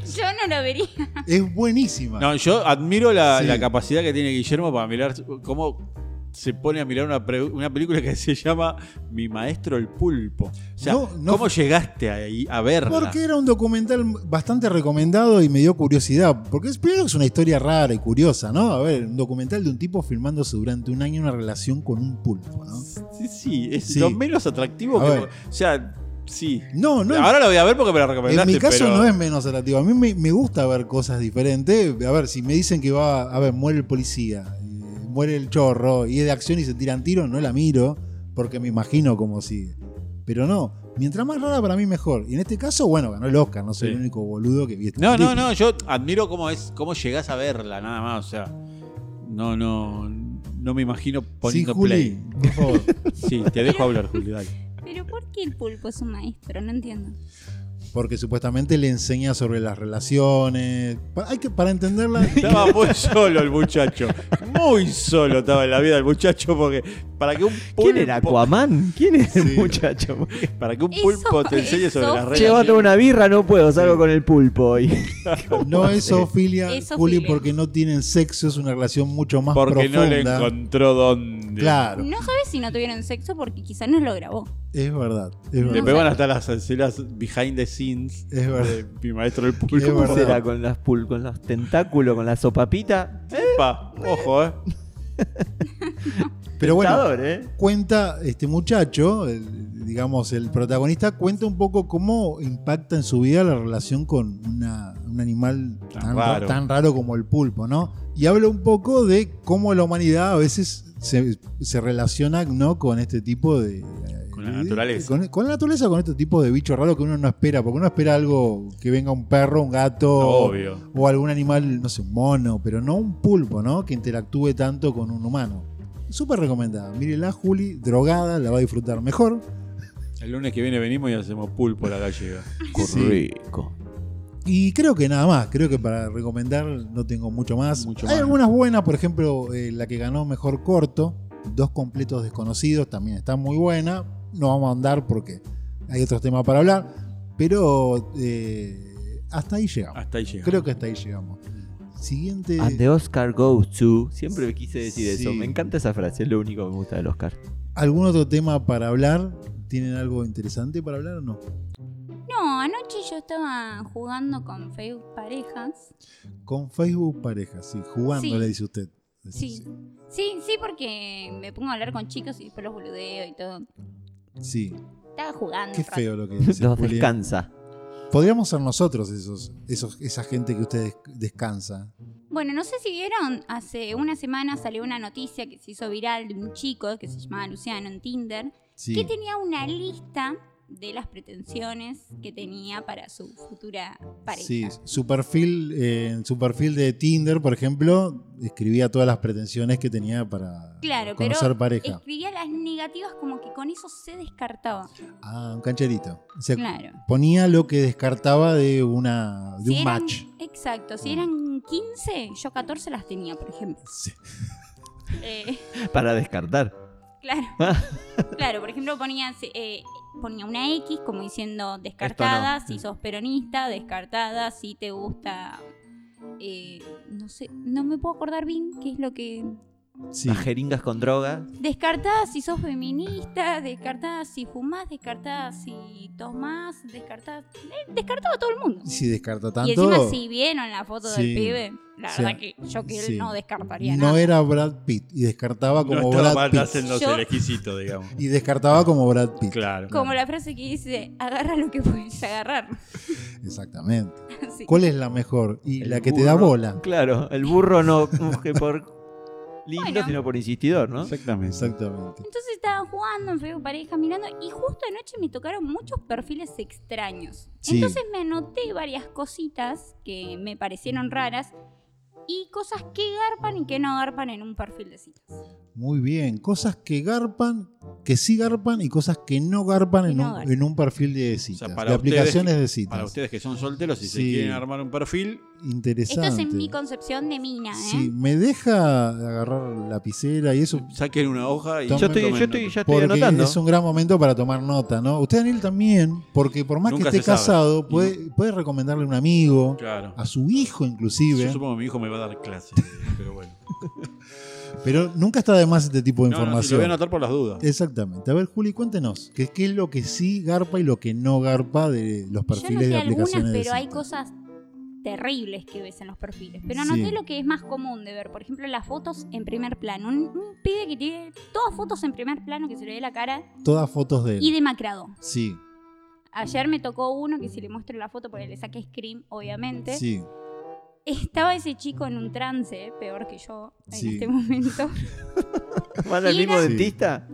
esto. Yo no lo vería.
Es buenísima.
No, yo admiro la,
Sí.
la capacidad que tiene Guillermo para mirar cómo se pone a mirar una, pre- una película que se llama Mi maestro el pulpo. O sea,
No, no-
¿cómo llegaste ahí a verla?
Porque era un documental bastante recomendado y me dio curiosidad. Porque es, primero que es una historia rara y curiosa, ¿no? A ver, un documental de un tipo filmándose durante un año una relación con un pulpo, ¿no?
Sí, sí, es
Sí.
lo menos atractivo
A
que.
ver.
O sea, sí.
No, no.
Ahora lo voy a ver porque me la
En
recomendaste.
mi caso
pero-
no es menos atractivo. A mí me, me gusta ver cosas diferentes. A ver, si me dicen que va, a ver, muere el policía, eh, muere el chorro y es de acción y se tiran tiros, no la miro porque me imagino cómo sigue. Pero no, mientras más rara para mí mejor. Y en este caso, bueno, ganó el Oscar. No soy
Sí.
el único boludo que vi esta
No, no,
película.
no, yo admiro cómo es, cómo llegás a verla, nada más. O sea, no, no, no me imagino poniendo
sí, Juli,
play.
por favor.
Sí, te dejo hablar, Julio, dale.
Pero ¿por qué el pulpo es un maestro? No entiendo.
Porque supuestamente le enseña sobre las relaciones. Pa- Hay que, para entenderla,
Estaba muy solo el muchacho. Muy solo estaba en la vida el muchacho porque para que un pulpo,
¿Quién era Aquaman? ¿Quién es el
Sí.
muchacho?
para que un
Eso
pulpo te
es
enseñe sobre las
Sophie.
redes.
Llévate una birra, no puedo, salgo con el pulpo hoy.
no es zoofilia,
Es
Juli,
zoofilia.
porque no tienen sexo, es una relación mucho más
Porque
profunda.
no le encontró dónde.
Claro.
No sabes si no tuvieron sexo porque quizás no lo grabó.
Es verdad, es
Le
verdad.
pegan hasta las escenas behind the scenes
Es
de
verdad.
mi maestro el
Es
pulpo.
¿Cómo
verdad.
será con las pul con los tentáculos, con la sopapita?
Epa, ojo, eh.
Pero bueno,
Tentador, ¿eh?
cuenta este muchacho, el- digamos el protagonista, cuenta un poco cómo impacta en su vida la relación con una- un animal tan,
Tan
tan raro.
raro.
como el pulpo, ¿no? Y habla un poco de cómo la humanidad a veces se, se relaciona ¿no? con este tipo de eh,
Con la naturaleza.
Con, con la naturaleza, con este tipo de bichos raros que uno no espera, porque uno espera algo que venga un perro, un gato,
Obvio.
o algún animal, no sé, un mono, pero no un pulpo, ¿no? Que interactúe tanto con un humano. Súper recomendada. Mírela, Juli, drogada, la va a disfrutar mejor.
El lunes que viene venimos y hacemos pulpo a la gallega.
Sí.
Rico.
Y creo que nada más, creo que para recomendar no tengo mucho más.
Mucho
Hay
más.
algunas buenas, por ejemplo, eh, la que ganó mejor corto, dos completos desconocidos, también está muy buena. No vamos a andar porque hay otros temas para hablar, pero eh, hasta ahí llegamos.
Hasta ahí llegamos.
Creo que hasta ahí llegamos. Siguiente.
And the Oscar goes to. Siempre me quise decir
Sí.
eso. Me encanta esa frase, es lo único que me gusta del Oscar.
¿Algún otro tema para hablar? ¿Tienen algo interesante para hablar o no?
No, anoche yo estaba jugando con Facebook Parejas.
Con Facebook pareja, sí, jugando,
Sí.
le dice usted. Decís,
Sí. Sí, sí, porque me pongo a hablar con chicos y después los boludeo y todo.
Sí,
Estaba jugando.
qué
un rato.
feo lo que dice.
Los
Juli, ¿eh?
descansa.
Podríamos ser nosotros esos, esos, esa gente que usted des- descansa.
Bueno, no sé si vieron, hace una semana salió una noticia que se hizo viral de un chico que se llamaba Luciano en Tinder,
Sí.
que tenía una lista de las pretensiones que tenía para su futura pareja.
Sí, su perfil, eh, en su perfil de Tinder, por ejemplo, escribía todas las pretensiones que tenía para
Claro, pero
conocer pareja.
Escribía las negativas como que con eso se descartaba.
Ah, un cancherito. O sea,
Claro.
ponía lo que descartaba de una de
Si
un
eran-
match. Mm.
Exacto, si eran 15, yo 14 las tenía, por ejemplo.
Sí.
Eh,
Para descartar.
claro.
Ah.
claro, por ejemplo, ponía, eh, ponía una X como diciendo descartada
Mm.
si sos peronista, descartada si te gusta. eh, no sé, no me puedo acordar bien qué es lo que.
Sí.
Las jeringas con droga.
Descartada si sos feminista, descartada si fumás, descartada si tomás, descartada. eh, descartaba a todo el mundo.
Si descarta tanto.
Y encima si vieron la foto
Sí.
del pibe, la
O sea,
verdad que yo que él
sí.
no descartaría
no
nada.
era Brad Pitt y descartaba como
no estaba
Brad
mal
Pitt.
haciéndose
Yo-
el exquisito, digamos.
Y descartaba como Brad Pitt.
Claro.
Como la frase que dice, agarra lo que puedes agarrar.
Exactamente.
Así.
¿Cuál es la mejor? Y
El
la que te da
burro.
bola.
Claro, el burro no que por lindo,
Bueno.
sino por insistidor, ¿no?
Exactamente.
Exactamente.
Entonces estaba jugando en Facebook Pareja, mirando, y justo anoche me tocaron muchos perfiles extraños.
Sí.
Entonces me anoté varias cositas que me parecieron raras y cosas que garpan y que no garpan en un perfil de citas.
Muy bien, cosas que garpan, que sí garpan y cosas que no garpan
Que
en,
no
un,
garpan.
en un perfil de citas,
para
de
ustedes-
aplicaciones de citas.
Para ustedes que son solteros y se
Sí.
quieren armar un perfil,
Interesante.
Esto es en mi concepción de mina, ¿eh?
Sí, me deja agarrar lapicera y eso
saquen una hoja y
Yo
Yo
Tomen,
estoy, yo
tomen
estoy,
nota.
ya estoy
porque
anotando.
es un gran momento para tomar nota, ¿no? Usted Daniel también, porque por más
Nunca
que
se
esté
sabe.
casado, puede, puede recomendarle a un amigo,
Claro.
a su hijo
Yo
inclusive,
supongo que mi hijo me va a dar clase, pero bueno.
pero nunca está de más este tipo de
No, no, si
información.
lo
Eh,
voy a anotar por las dudas.
Exactamente. A ver, Juli, cuéntenos, ¿qué, qué es lo que sí garpa y lo que no garpa de los
Yo
perfiles
anoté
de
algunas,
aplicaciones? de
pero hay
citas?
cosas terribles que ves en los perfiles. Pero anoté
Sí.
lo que es más común de ver. Por ejemplo, las fotos en primer plano. Un, un pibe que tiene todas fotos en primer plano que se le ve la cara
Todas fotos de él.
y demacrado.
Sí,
Ayer me tocó uno que si le muestro la foto porque le saqué scream, obviamente.
sí.
Estaba ese chico en un trance, peor que yo en
Sí.
este momento.
¿Van al
Y
mismo
era-
dentista?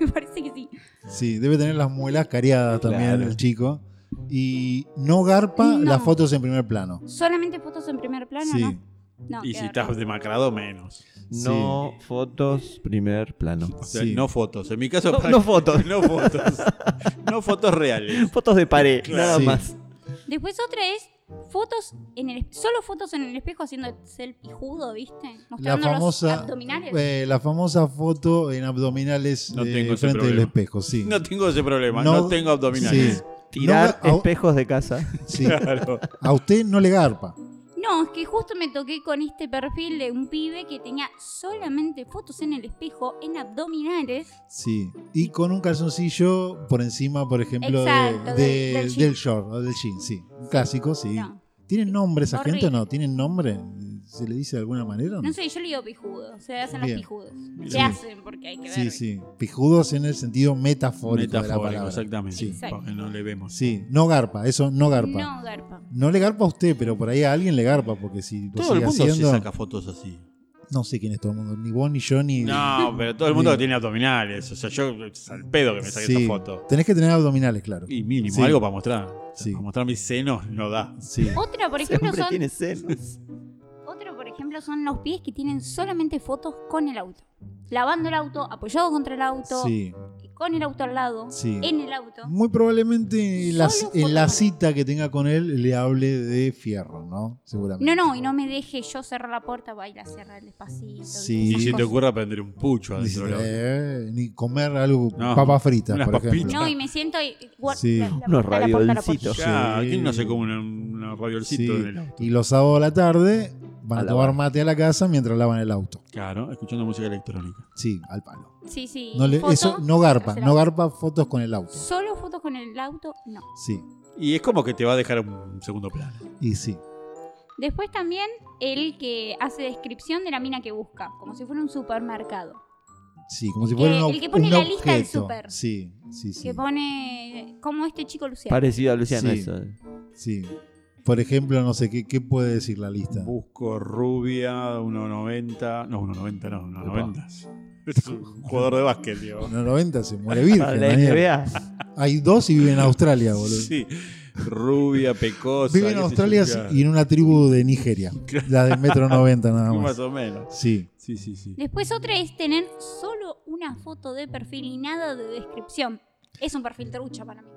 me parece que sí.
Sí, debe tener las muelas cariadas también
Claro.
el chico. Y no garpa
No.
las fotos en primer plano.
Solamente fotos en primer plano,
sí.
¿no? No,
Y
qué
si
garpa.
estás demacrado, menos.
Sí.
No fotos, primer plano.
O sea,
Sí.
no fotos. En mi caso,
No,
para-
no fotos.
no fotos. No fotos reales.
Fotos de pared, nada
Sí.
más.
Después otra es fotos en el espe- solo fotos en el espejo haciendo el pijudo, ¿viste?
La
Mostrando los
famosa,
abdominales.
eh, la famosa foto en abdominales
No
eh,
tengo ese
frente del
problema.
espejo, sí.
No tengo ese problema.
No-
No, tengo abdominales.
Sí,
Tirar
No, a-
espejos de casa.
sí.
Claro.
A usted no le garpa.
No, es que justo me toqué con este perfil de un pibe que tenía solamente fotos en el espejo, en abdominales.
Sí. Y con un calzoncillo por encima, por ejemplo, de- de-
Exacto, del-
del,
del jean.
short o del jean, sí. Un clásico, sí.
No,
¿Tienen nombre esa
Horrible.
gente o no? ¿Tienen nombre? ¿Se le dice de alguna manera? o no?
no sé, yo le digo pijudo, se hacen los
Bien.
pijudos.
Sí.
Se hacen porque hay que ver.
Sí, sí. Pijudos en el sentido metafórico, de la
Metafórico,
palabra.
exactamente.
Sí.
Exacto.
Porque no le vemos.
Sí, no garpa, eso no garpa. No.
No, garpa.
le garpa a usted, pero por ahí a alguien le garpa, porque si lo
Todo el
sigue
mundo se
haciendo.
saca fotos así.
No sé quién es todo el mundo, ni vos, ni yo, ni.
No, pero todo el mundo que tiene abdominales. O sea, yo es al pedo que me saqué
Sí.
esta foto.
Tenés que tener abdominales, claro.
Y mínimo,
Sí.
algo para mostrar. O sea,
Sí.
Para mostrar mis senos no da.
Sí.
Otra, por
Ese
ejemplo,
hombre
son,
tiene senos.
otro, por ejemplo, son los pies que tienen solamente fotos con el auto. Lavando el auto, apoyado contra el auto,
Sí.
con el auto al lado,
Sí.
en el auto.
Muy probablemente en la,
Solo
en la
fotos.
cita que tenga con él le hable de fierro, ¿no? Seguramente.
No, no, y no me deje yo cerrar la puerta, va a ir a cerrar despacito.
Sí.
y
Y
esas
si te
cosas.
ocurra prender un pucho
Ni,
adentro. de la-
eh, ni comer algo,
No,
papas fritas,
unas
por ejemplo.
papitas.
No, y me siento y guar-
Sí.
la- la
Unos
puerta, la puerta, la puerta.
radiolcitos.
Ya,
Sí.
¿quién no se come un, un radiolcito
Sí.
en el auto?
Y los sábados a la tarde van
A
a,
lavar.
tomar mate a la casa mientras lavan el auto.
Claro, escuchando música electrónica.
Sí, al palo.
Sí, sí.
No le-
foto,
eso no garpa,
hacer
no garpa fotos con el auto.
Solo fotos con el auto, no.
Sí,
Y es como que te va a dejar un segundo plano.
y sí.
Después también el que hace descripción de la mina que busca, como si fuera un supermercado.
Sí, como si
que-
fuera un,
el que
ob-
pone
un
la lista del
objeto.
súper.
Sí, sí, sí.
Que pone como este chico Luciano.
Parecido a Luciano
Sí.
eso.
sí. Por ejemplo, no sé, ¿qué, qué puede decir la lista?
Busco rubia, 1.90. No, 1.90 no, 1.90. Es un jugador de básquet, digo.
En los 90 se muere virgen.
Para la
Daniel.
NBA.
Hay dos y vive en Australia, boludo.
Sí, rubia, pecosa.
vive en
qué sé yo,
Australia
claro.
y en una tribu de Nigeria. La de metro 90 nada
Más
más.
o menos.
Sí,
Sí, sí, sí.
Después otra es tener solo una foto de perfil y nada de descripción. Es un perfil trucha para mí.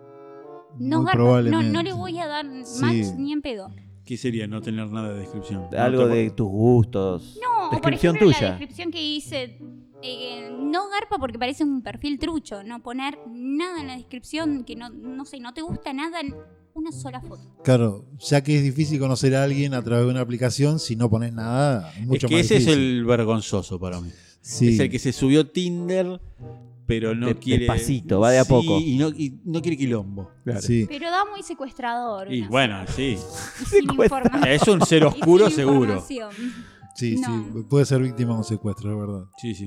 No,
muy
garpa, no,
probablemente.
no le voy a dar match
Sí.
ni en pedo.
¿Qué sería no tener nada de descripción?
Algo
No te-
de tus gustos.
No, o
descripción
por ejemplo, la
tuya.
descripción que hice eh, no garpa porque parece un perfil trucho, no poner nada en la descripción que no, no sé, no te gusta nada en una sola foto.
Claro, ya que es difícil conocer a alguien a través de una aplicación, si no pones nada, mucho
es que
más
ese es
difícil.
el vergonzoso para mí.
Sí.
Es el que se subió a Tinder, pero no
De-
quiere.
despacito, va de a
Sí,
poco.
Y no, y no quiere quilombo.
Sí.
Pero da muy secuestrador.
Y
una
bueno, sí.
foto, sin
secuestra-
información.
Es un ser
y sin
oscuro seguro.
información.
Sí,
No.
sí, puede ser víctima de un secuestro, es verdad.
Sí, sí.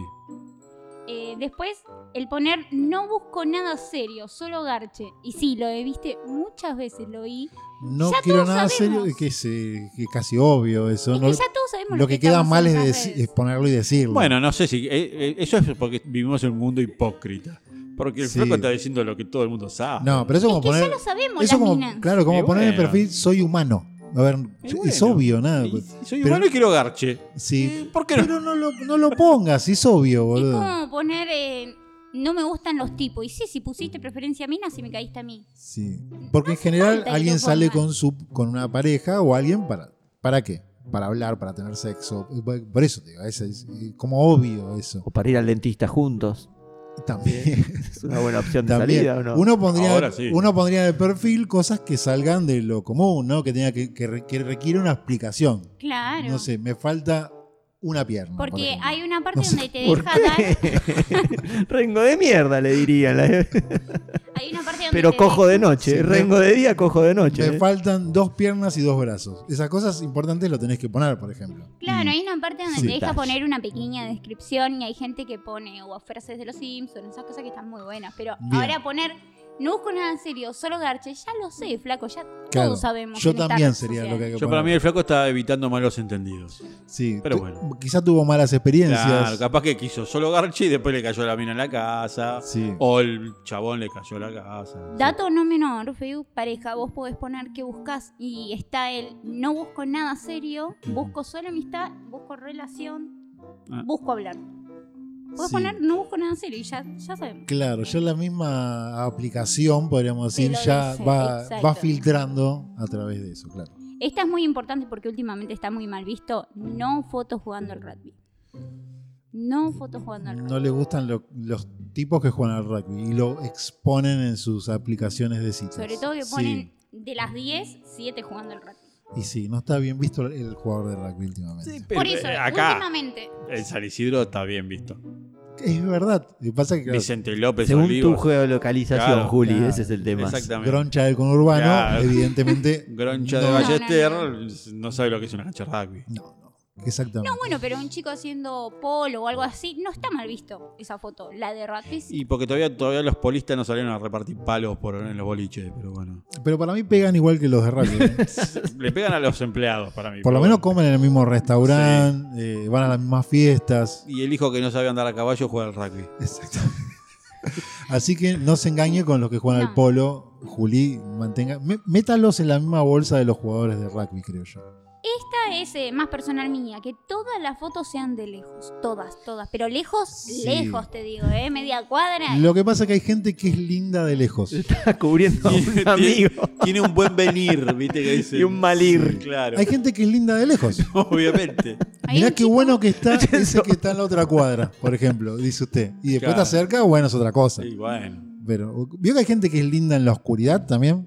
Eh, después, el poner no busco nada serio, solo garche. Y sí, lo he viste muchas veces, lo vi.
No
Ya
quiero
todos
nada
sabemos.
serio, que es, eh, que es casi obvio eso.
Es
no-
que ya todos sabemos
lo que queda
estamos
mal
en
es,
esas
deci-
redes.
es ponerlo y decirlo.
Bueno, no sé si. eh, eh, eso es porque vivimos en un mundo hipócrita. Porque el
Sí.
flaco está diciendo lo que todo el mundo sabe.
no, pero eso como
Es que
poner.
ya lo sabemos,
eso
las
como,
minas.
claro, como
Y
poner en el
bueno.
perfil soy humano. A ver,
Y
es
bueno.
obvio, nada.
Y- y soy
pero-
humano y quiero garche.
Mm.
Eh,
Sí.
¿Por qué no?
Pero no lo, no lo pongas, es obvio,
Es
boludo.
como poner eh, no me gustan los tipos. Y sí, si pusiste preferencia a mí, no, si me caíste a mí.
Sí. Porque en general
falta que
alguien
lo
sale
pongas.
con su con una pareja o alguien para ¿para qué? Para hablar, para tener sexo. Por eso te digo, es, es como obvio eso.
O para ir al dentista juntos.
También.
Es una buena opción de
También.
salida o no.
Uno pondría,
Ahora sí.
uno pondría de perfil cosas que salgan de lo común, ¿no? Que tenga que, que, re- que requiere una explicación.
Claro.
No sé, me falta una pierna. por
Porque
ejemplo.
hay una parte
No sé
donde te
¿Por
deja dar.
qué? Rengo de mierda, le dirían. la-
Hay una parte donde
Pero
te
cojo de
Sí,
noche.
me-
Rengo de día, cojo de noche.
Me
¿eh?
faltan dos piernas y dos brazos. Esas cosas importantes lo tenés que poner, por ejemplo.
Claro,
Mm.
hay una parte donde
Sí.
te deja
Detalle.
poner una pequeña descripción y hay gente que pone o frases de los Simpsons, esas cosas que están muy buenas. Pero
Bien.
ahora poner, no busco nada en serio, solo garche, ya lo sé, flaco, ya
Claro.
todos sabemos.
Yo
en esta
también
red
sería
social.
lo que hay que
Yo
poner.
para mí el flaco está evitando malos entendidos.
Sí,
Pero
tu-
bueno.
Quizá tuvo malas experiencias.
Claro, capaz que quiso solo garche y después le cayó la mina en la casa.
Sí.
O el chabón le cayó la casa.
Dato no menor, Facebook pareja, vos podés poner que buscas y está el no busco nada serio, busco solo amistad, busco relación,
Ah.
busco hablar. Podés
Sí.
poner no busco nada serio y ya, ya sabemos.
Claro, ya la misma aplicación, podríamos
Te
decir,
lo
ya
dice,
va,
exacto.
va filtrando a través de eso, claro.
Esta es muy importante porque últimamente está muy mal visto, no fotos jugando al rugby. No fotos jugando al rugby.
No le gustan lo- los tipos que juegan al rugby y lo exponen en sus aplicaciones de citas.
Sobre todo que
Sí,
ponen de las 10, 7 jugando al rugby.
Y sí, no está bien visto el jugador de rugby últimamente.
Por eso,
eh, acá,
últimamente,
el San Isidro está bien visto.
Es verdad. Lo que pasa es que claro,
Vicente López
Según
Olivos.
tu geolocalización,
Pues Claro,
Juli,
claro.
ese es el tema.
Exactamente.
Groncha del conurbano,
Claro.
evidentemente.
Groncha
no-
de
Valle.
Ballester
No,
no, sabe lo que es una cancha de rugby.
No, no. Exactamente.
No, Ah, bueno, pero un chico haciendo polo o algo así, no está mal visto esa foto. La de Ratfish.
Y porque todavía, todavía los polistas no salieron a repartir palos por en los boliches, pero bueno.
Pero para mí pegan igual que los de rugby. ¿eh?
Le pegan a los empleados para mí.
Por lo
pero
menos
bueno.
comen en el mismo restaurante, eh, van a las mismas fiestas.
Y el hijo que no sabe andar a caballo juega al rugby.
Exactamente. Así que no se engañe con los que juegan al
No.
polo. Juli, mantenga, mé- métalos en la misma bolsa de los jugadores de rugby, creo yo.
Esta es eh, más personal mía, que todas las fotos sean de lejos. Todas, todas. Pero lejos,
Sí.
lejos, te digo, ¿eh? Media cuadra.
Lo que pasa es que hay gente que es linda de lejos.
Está cubriendo a un
Tiene-
amigo.
Tiene un buen venir, viste que dicen.
Y un mal ir.
Claro.
Hay gente que es linda de lejos.
Obviamente.
Hay
Mirá
un
qué
chico-
bueno que está ese que está en la otra cuadra, por ejemplo, dice usted. Y después
Claro.
está cerca, bueno, es otra cosa.
Y bueno.
Pero, ¿vio que hay gente que es linda en la oscuridad también?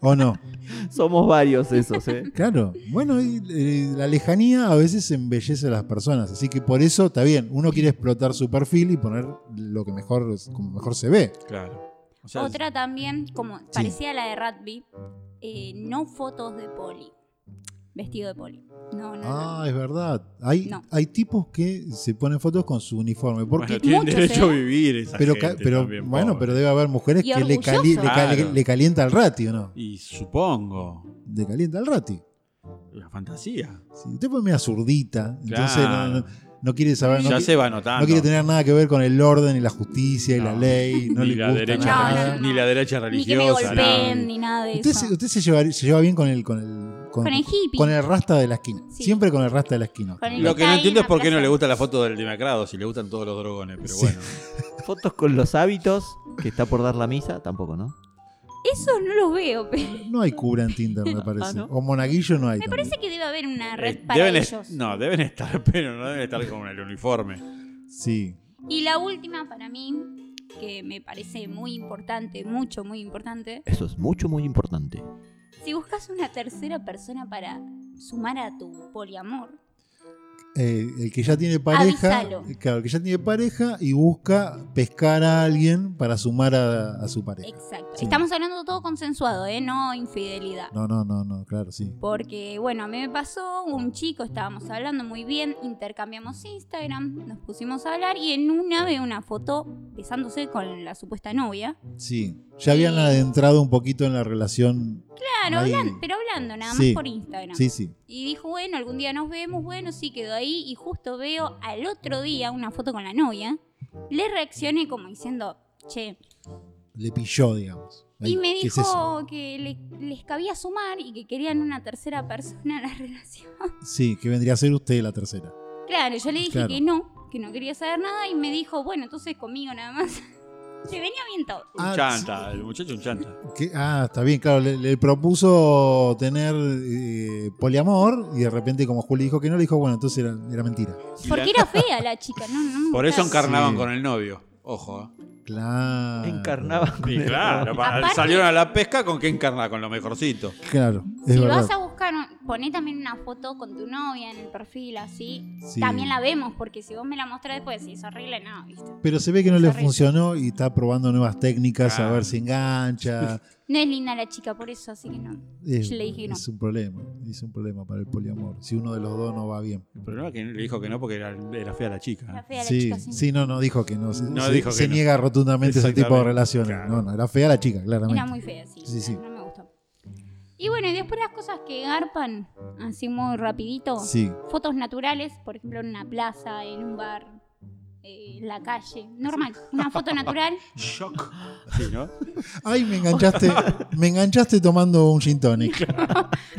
¿O no?
Somos varios esos, ¿eh?
Claro. Bueno, y, eh, la lejanía a veces embellece a las personas. Así que por eso está bien. Uno quiere explotar su perfil y poner lo que mejor, como mejor se ve.
Claro. O sea,
Otra también, como parecía la de Ratby, eh, no fotos de poli. Vestido de poli. No, no, no.
Ah, es verdad. Hay,
No.
hay tipos que se ponen fotos con su uniforme. ¿Por qué?
bueno, tienen
Muchos,
derecho
¿eh?
a vivir esa
pero ca-
gente
pero
también,
bueno,
pobre.
pero debe haber mujeres
Y
que le, cali- le
orgullosas.
cali-
Claro.
le calienta al ratio, ¿no?
Y supongo.
Le calienta al ratio.
La fantasía.
Sí, usted pues media zurdita, entonces
Claro.
no, no- no quiere saber, no,
ya
qui-
se va notando.
no quiere tener nada que ver con el orden y la justicia y la
No.
ley, no
ni,
le
la
gusta
derecha,
nada.
No, no, no.
ni la derecha
Ni que me
religiosa.
golpeen,
nada.
ni nada de
Usted,
eso.
se, usted se lleva, se lleva bien con el con el con,
Con el hippie.
con el rasta de la esquina,
Sí.
siempre con el rasta de la esquina.
Con el
Lo que no
está ahí
entiendo es
en la
por qué no
plaza.
le gusta la foto del demacrado, si le gustan todos los drogones, pero
Sí.
bueno.
Fotos con los hábitos, que está por dar la misa, tampoco, ¿no?
Eso no lo veo, pero
No hay cura en Tinder, me parece.
¿no?
O monaguillo no hay.
Ah, me
tampoco.
parece que debe haber una red
Eh,
para
deben es-
ellos.
no, deben estar, pero no deben estar con el uniforme.
Sí.
Y la última para mí, que me parece muy importante, mucho, muy importante.
Eso es mucho, muy importante.
Si buscas una tercera persona para sumar a tu poliamor,
Eh, el que ya tiene pareja, eh,
Avísalo.
claro, el que ya tiene pareja y busca pescar a alguien para sumar a, a su pareja.
exacto.
Sí.
Estamos hablando todo consensuado, ¿eh? No infidelidad.
No, no, no, no, claro, sí.
Porque, bueno, a mí me pasó, un chico, estábamos hablando muy bien, intercambiamos Instagram, nos pusimos a hablar y en una veo una foto besándose con la supuesta novia.
Sí. Ya habían adentrado un poquito en la relación.
Claro,
Ahí.
hablan- pero hablando nada más
Sí.
por Instagram.
Sí, sí.
Y dijo, bueno, algún día nos vemos, bueno, sí, quedó ahí. Y justo veo al otro día una foto con la novia. Le reaccioné como diciendo, che.
Le pilló, digamos. Ahí,
y me
¿qué es eso?
dijo que le- les cabía sumar y que querían una tercera persona a la relación.
Sí, que vendría a ser usted la tercera.
Claro, yo le dije
Claro.
que no, que no quería saber nada. Y me dijo, bueno, entonces conmigo nada más. Se venía bien todo.
Un
Ah,
chanta, el muchacho un chanta.
Que- Ah, está bien, claro. Le, le propuso tener eh, poliamor y de repente, como Juli dijo que no, le dijo, bueno, entonces era, era mentira.
Y la-
Porque era fea la chica, no, no me
Por eso
gustaba.
encarnaban
Sí.
con el novio. Ojo. ¿eh?
Claro.
Encarnaba con
Y
el-
claro, pa-
Aparte-
salieron a la pesca con qué encarnar, con lo mejorcito.
Claro, es
Si
verdad.
vas a buscar, un- poné también una foto con tu novia en el perfil, así.
Sí.
También la vemos, porque si vos me la mostrás después, si es horrible, no, ¿viste?
Pero se ve que no le
Sorry.
funcionó y está probando nuevas técnicas a
Claro.
ver si engancha.
No es linda la chica, por eso, así que no.
Es,
Yo le dije que no.
es un problema, es un problema para el poliamor. Si uno de los dos no va bien.
El problema es que le dijo que no porque era, era fea la
Era
chica. ¿eh?
fea la
sí,
chica, sí.
sí, no, no dijo que no. Se,
No
se-
dijo que
se
no.
niega rotundamente ese tipo de
Exactamente,
relaciones.
claro.
No, no, era fea la chica, claramente.
Era muy fea, sí.
Sí, sí.
No me gustó. Y bueno, y después las cosas que garpan, así muy rapidito.
Sí,
Fotos naturales, por ejemplo, en una plaza, en un bar, eh, en la calle. Normal, una foto natural.
Shock. Sí, ¿no?
Ay, me enganchaste, me enganchaste tomando un gin tonic.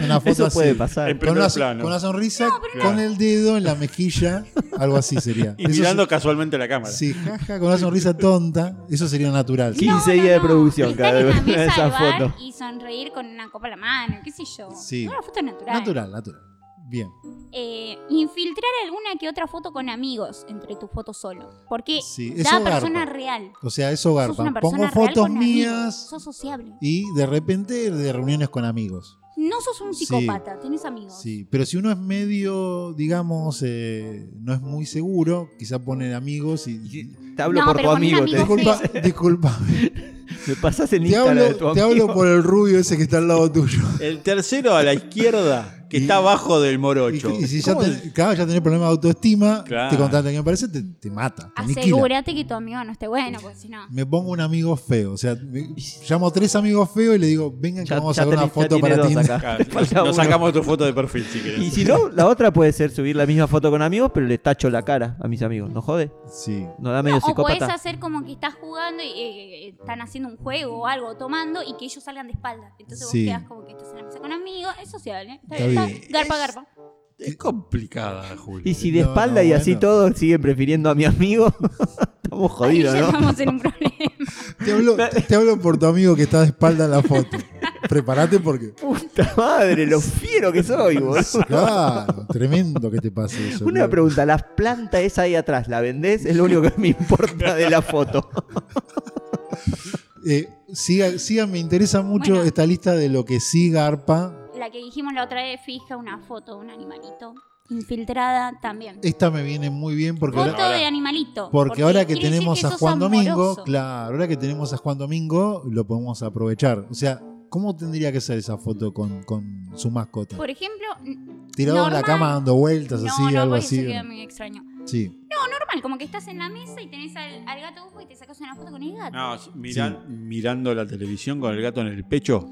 Una foto
Eso
así.
puede pasar.
En
Con
primer
una,
plano.
con una sonrisa,
pero
con
no.
el dedo en la mejilla, algo así sería.
Y
Eso
mirando casualmente la
se-
cámara.
sí, jaja, con una sonrisa tonta, eso sería natural.
15 días de producción
Estar
cada
en la
vez
mesa
esa
del bar
foto.
y sonreír con una copa en la mano, qué sé yo.
Sí.
Una foto natural.
Natural, natural. Bien.
Eh, infiltrar alguna que otra foto con amigos entre tus fotos solo. Porque
Sí,
da
eso
persona
garpa.
real.
O sea, eso
Sos una
garpa.
persona
Pongo
real
fotos
con amigos,
mías
Sos sociable.
y de repente de reuniones con amigos.
No sos un
Sí.
psicópata, tenés amigos.
Sí, pero si uno es medio, digamos, eh, no es muy seguro, quizá pone amigos y...
Te hablo
No,
por tu
pero con un
amigo. Te,
amigo
Disculpa, disculpa.
me pasas el
Te
Instagram de tu
hablo, te
amigo.
hablo por el rubio ese que está al lado tuyo.
El tercero a la izquierda. que está abajo del
Y,
morocho.
y si ya,
¿Cómo
ten-
es?
claro, ya tenés problemas de autoestima,
Claro.
te contratan que me parece, te, te mata. te aniquila.
Asegúrate que tu amigo no esté bueno, porque si no.
Me pongo un amigo feo. O sea, me- llamo tres amigos feos y le digo, vengan que
Ya-
vamos
ya
a hacer una
tenés- ya
foto
tiene
para
dos
Tinder.
acá.
Claro,
Falta uno.
Nos sacamos tu foto de perfil si querés.
Y si no, la otra puede ser subir la misma foto con amigos, pero le tacho la cara a mis amigos. ¿No jode?
Sí.
¿No da medio
o podés
psicópata?
hacer como que estás jugando y eh, eh, están haciendo un juego o algo, tomando, y que ellos salgan de espalda. Entonces
Sí.
vos quedás como que estás en la mesa con amigos, es sociable. ¿eh? Está
Está
bien,
bien.
está- Garpa, garpa.
Es complicada, Julio.
Y si de
No,
espalda
no,
y así
bueno.
todo siguen prefiriendo a mi amigo, estamos jodidos,
Ahí ya
¿no?
estamos en un problema.
Te hablo, te hablo por tu amigo que está de espalda en la foto. Prepárate porque.
Puta madre, lo fiero que soy, boludo.
Claro, tremendo que te pase eso.
Una
claro.
pregunta, la planta esa ahí atrás, ¿la vendés? Es lo único que me importa de la foto.
Eh, siga, siga, me interesa mucho
Bueno.
esta lista de lo que sí garpa.
La que dijimos la otra vez, fija una foto de un animalito infiltrada también.
Esta me viene muy bien porque
Foto
ahora,
ahora-
de animalito.
porque ahora que
quiere decir
tenemos a
sos
Juan Domingo,
amoroso.
claro, ahora que tenemos a Juan Domingo, lo podemos aprovechar. O sea, ¿cómo tendría que ser esa foto con, con su mascota?
Por ejemplo, n-
Tirado en
Pues, normal.
la cama dando vueltas,
no,
así,
no,
algo
porque
así.
se queda muy extraño.
Sí.
Normal, como que estás en la mesa y tenés al, al gato Hugo y te sacas una foto con el gato.
No, si- miran- mirando la televisión con el gato en el pecho,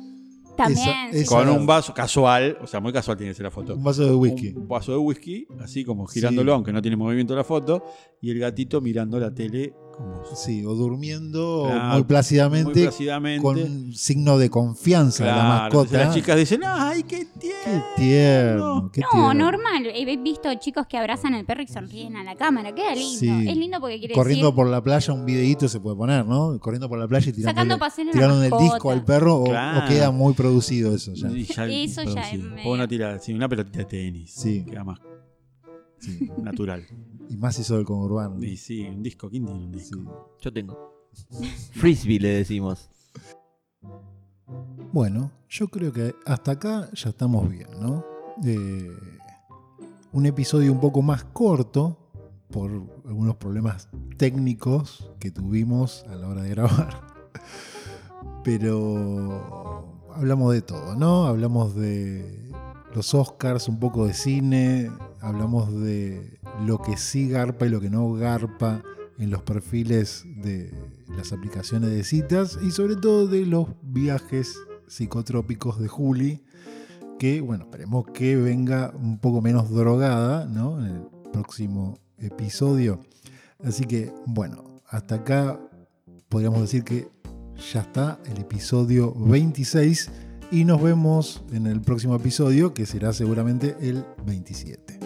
También.
Ah, esa-
sí,
esa-
con
Claro.
un vaso casual, o sea, muy casual tiene que ser la foto.
Un vaso de whisky.
Un vaso de whisky, así como girándolo,
Sí.
aunque no tiene movimiento la foto, y el gatito mirando la tele como
Sí, o durmiendo
Claro,
muy plácidamente,
muy placidamente.
con signo de confianza
Claro,
la mascota.
entonces Las chicas dicen, ¡ay, qué
Qué
tierno!
tierno, qué
No,
tierno.
normal. He visto chicos que abrazan al perro y sonríen a la cámara. Queda lindo.
Sí.
Es lindo porque quiere
Corriendo
decir
por la playa, un videíto se puede poner, ¿no? Corriendo por la playa y
sacando
tirando
a pasear a la
tiraron el
mascota.
disco al perro o,
Claro.
o queda muy producido eso ya.
Y ya-
Eso ya es
producido.
medio-
O una tira, sí, una pelotita de tenis.
Sí.
Queda más
Sí.
natural.
Y más hizo el conurbano.
y sí, un disco, ¿quién tiene un disco?
Sí.
Yo tengo. Frisbee le decimos.
Bueno, yo creo que hasta acá ya estamos bien, ¿no? Eh, un episodio un poco más corto por algunos problemas técnicos que tuvimos a la hora de grabar. Pero hablamos de todo, ¿no? Hablamos de los Oscars, un poco de cine, hablamos de lo que sí garpa y lo que no garpa en los perfiles de las aplicaciones de citas y sobre todo de los viajes psicotrópicos de Juli, que bueno, esperemos que venga un poco menos drogada, ¿no? En el próximo episodio. Así que bueno, hasta acá podríamos decir que ya está el episodio 26 y nos vemos en el próximo episodio que será seguramente el 27.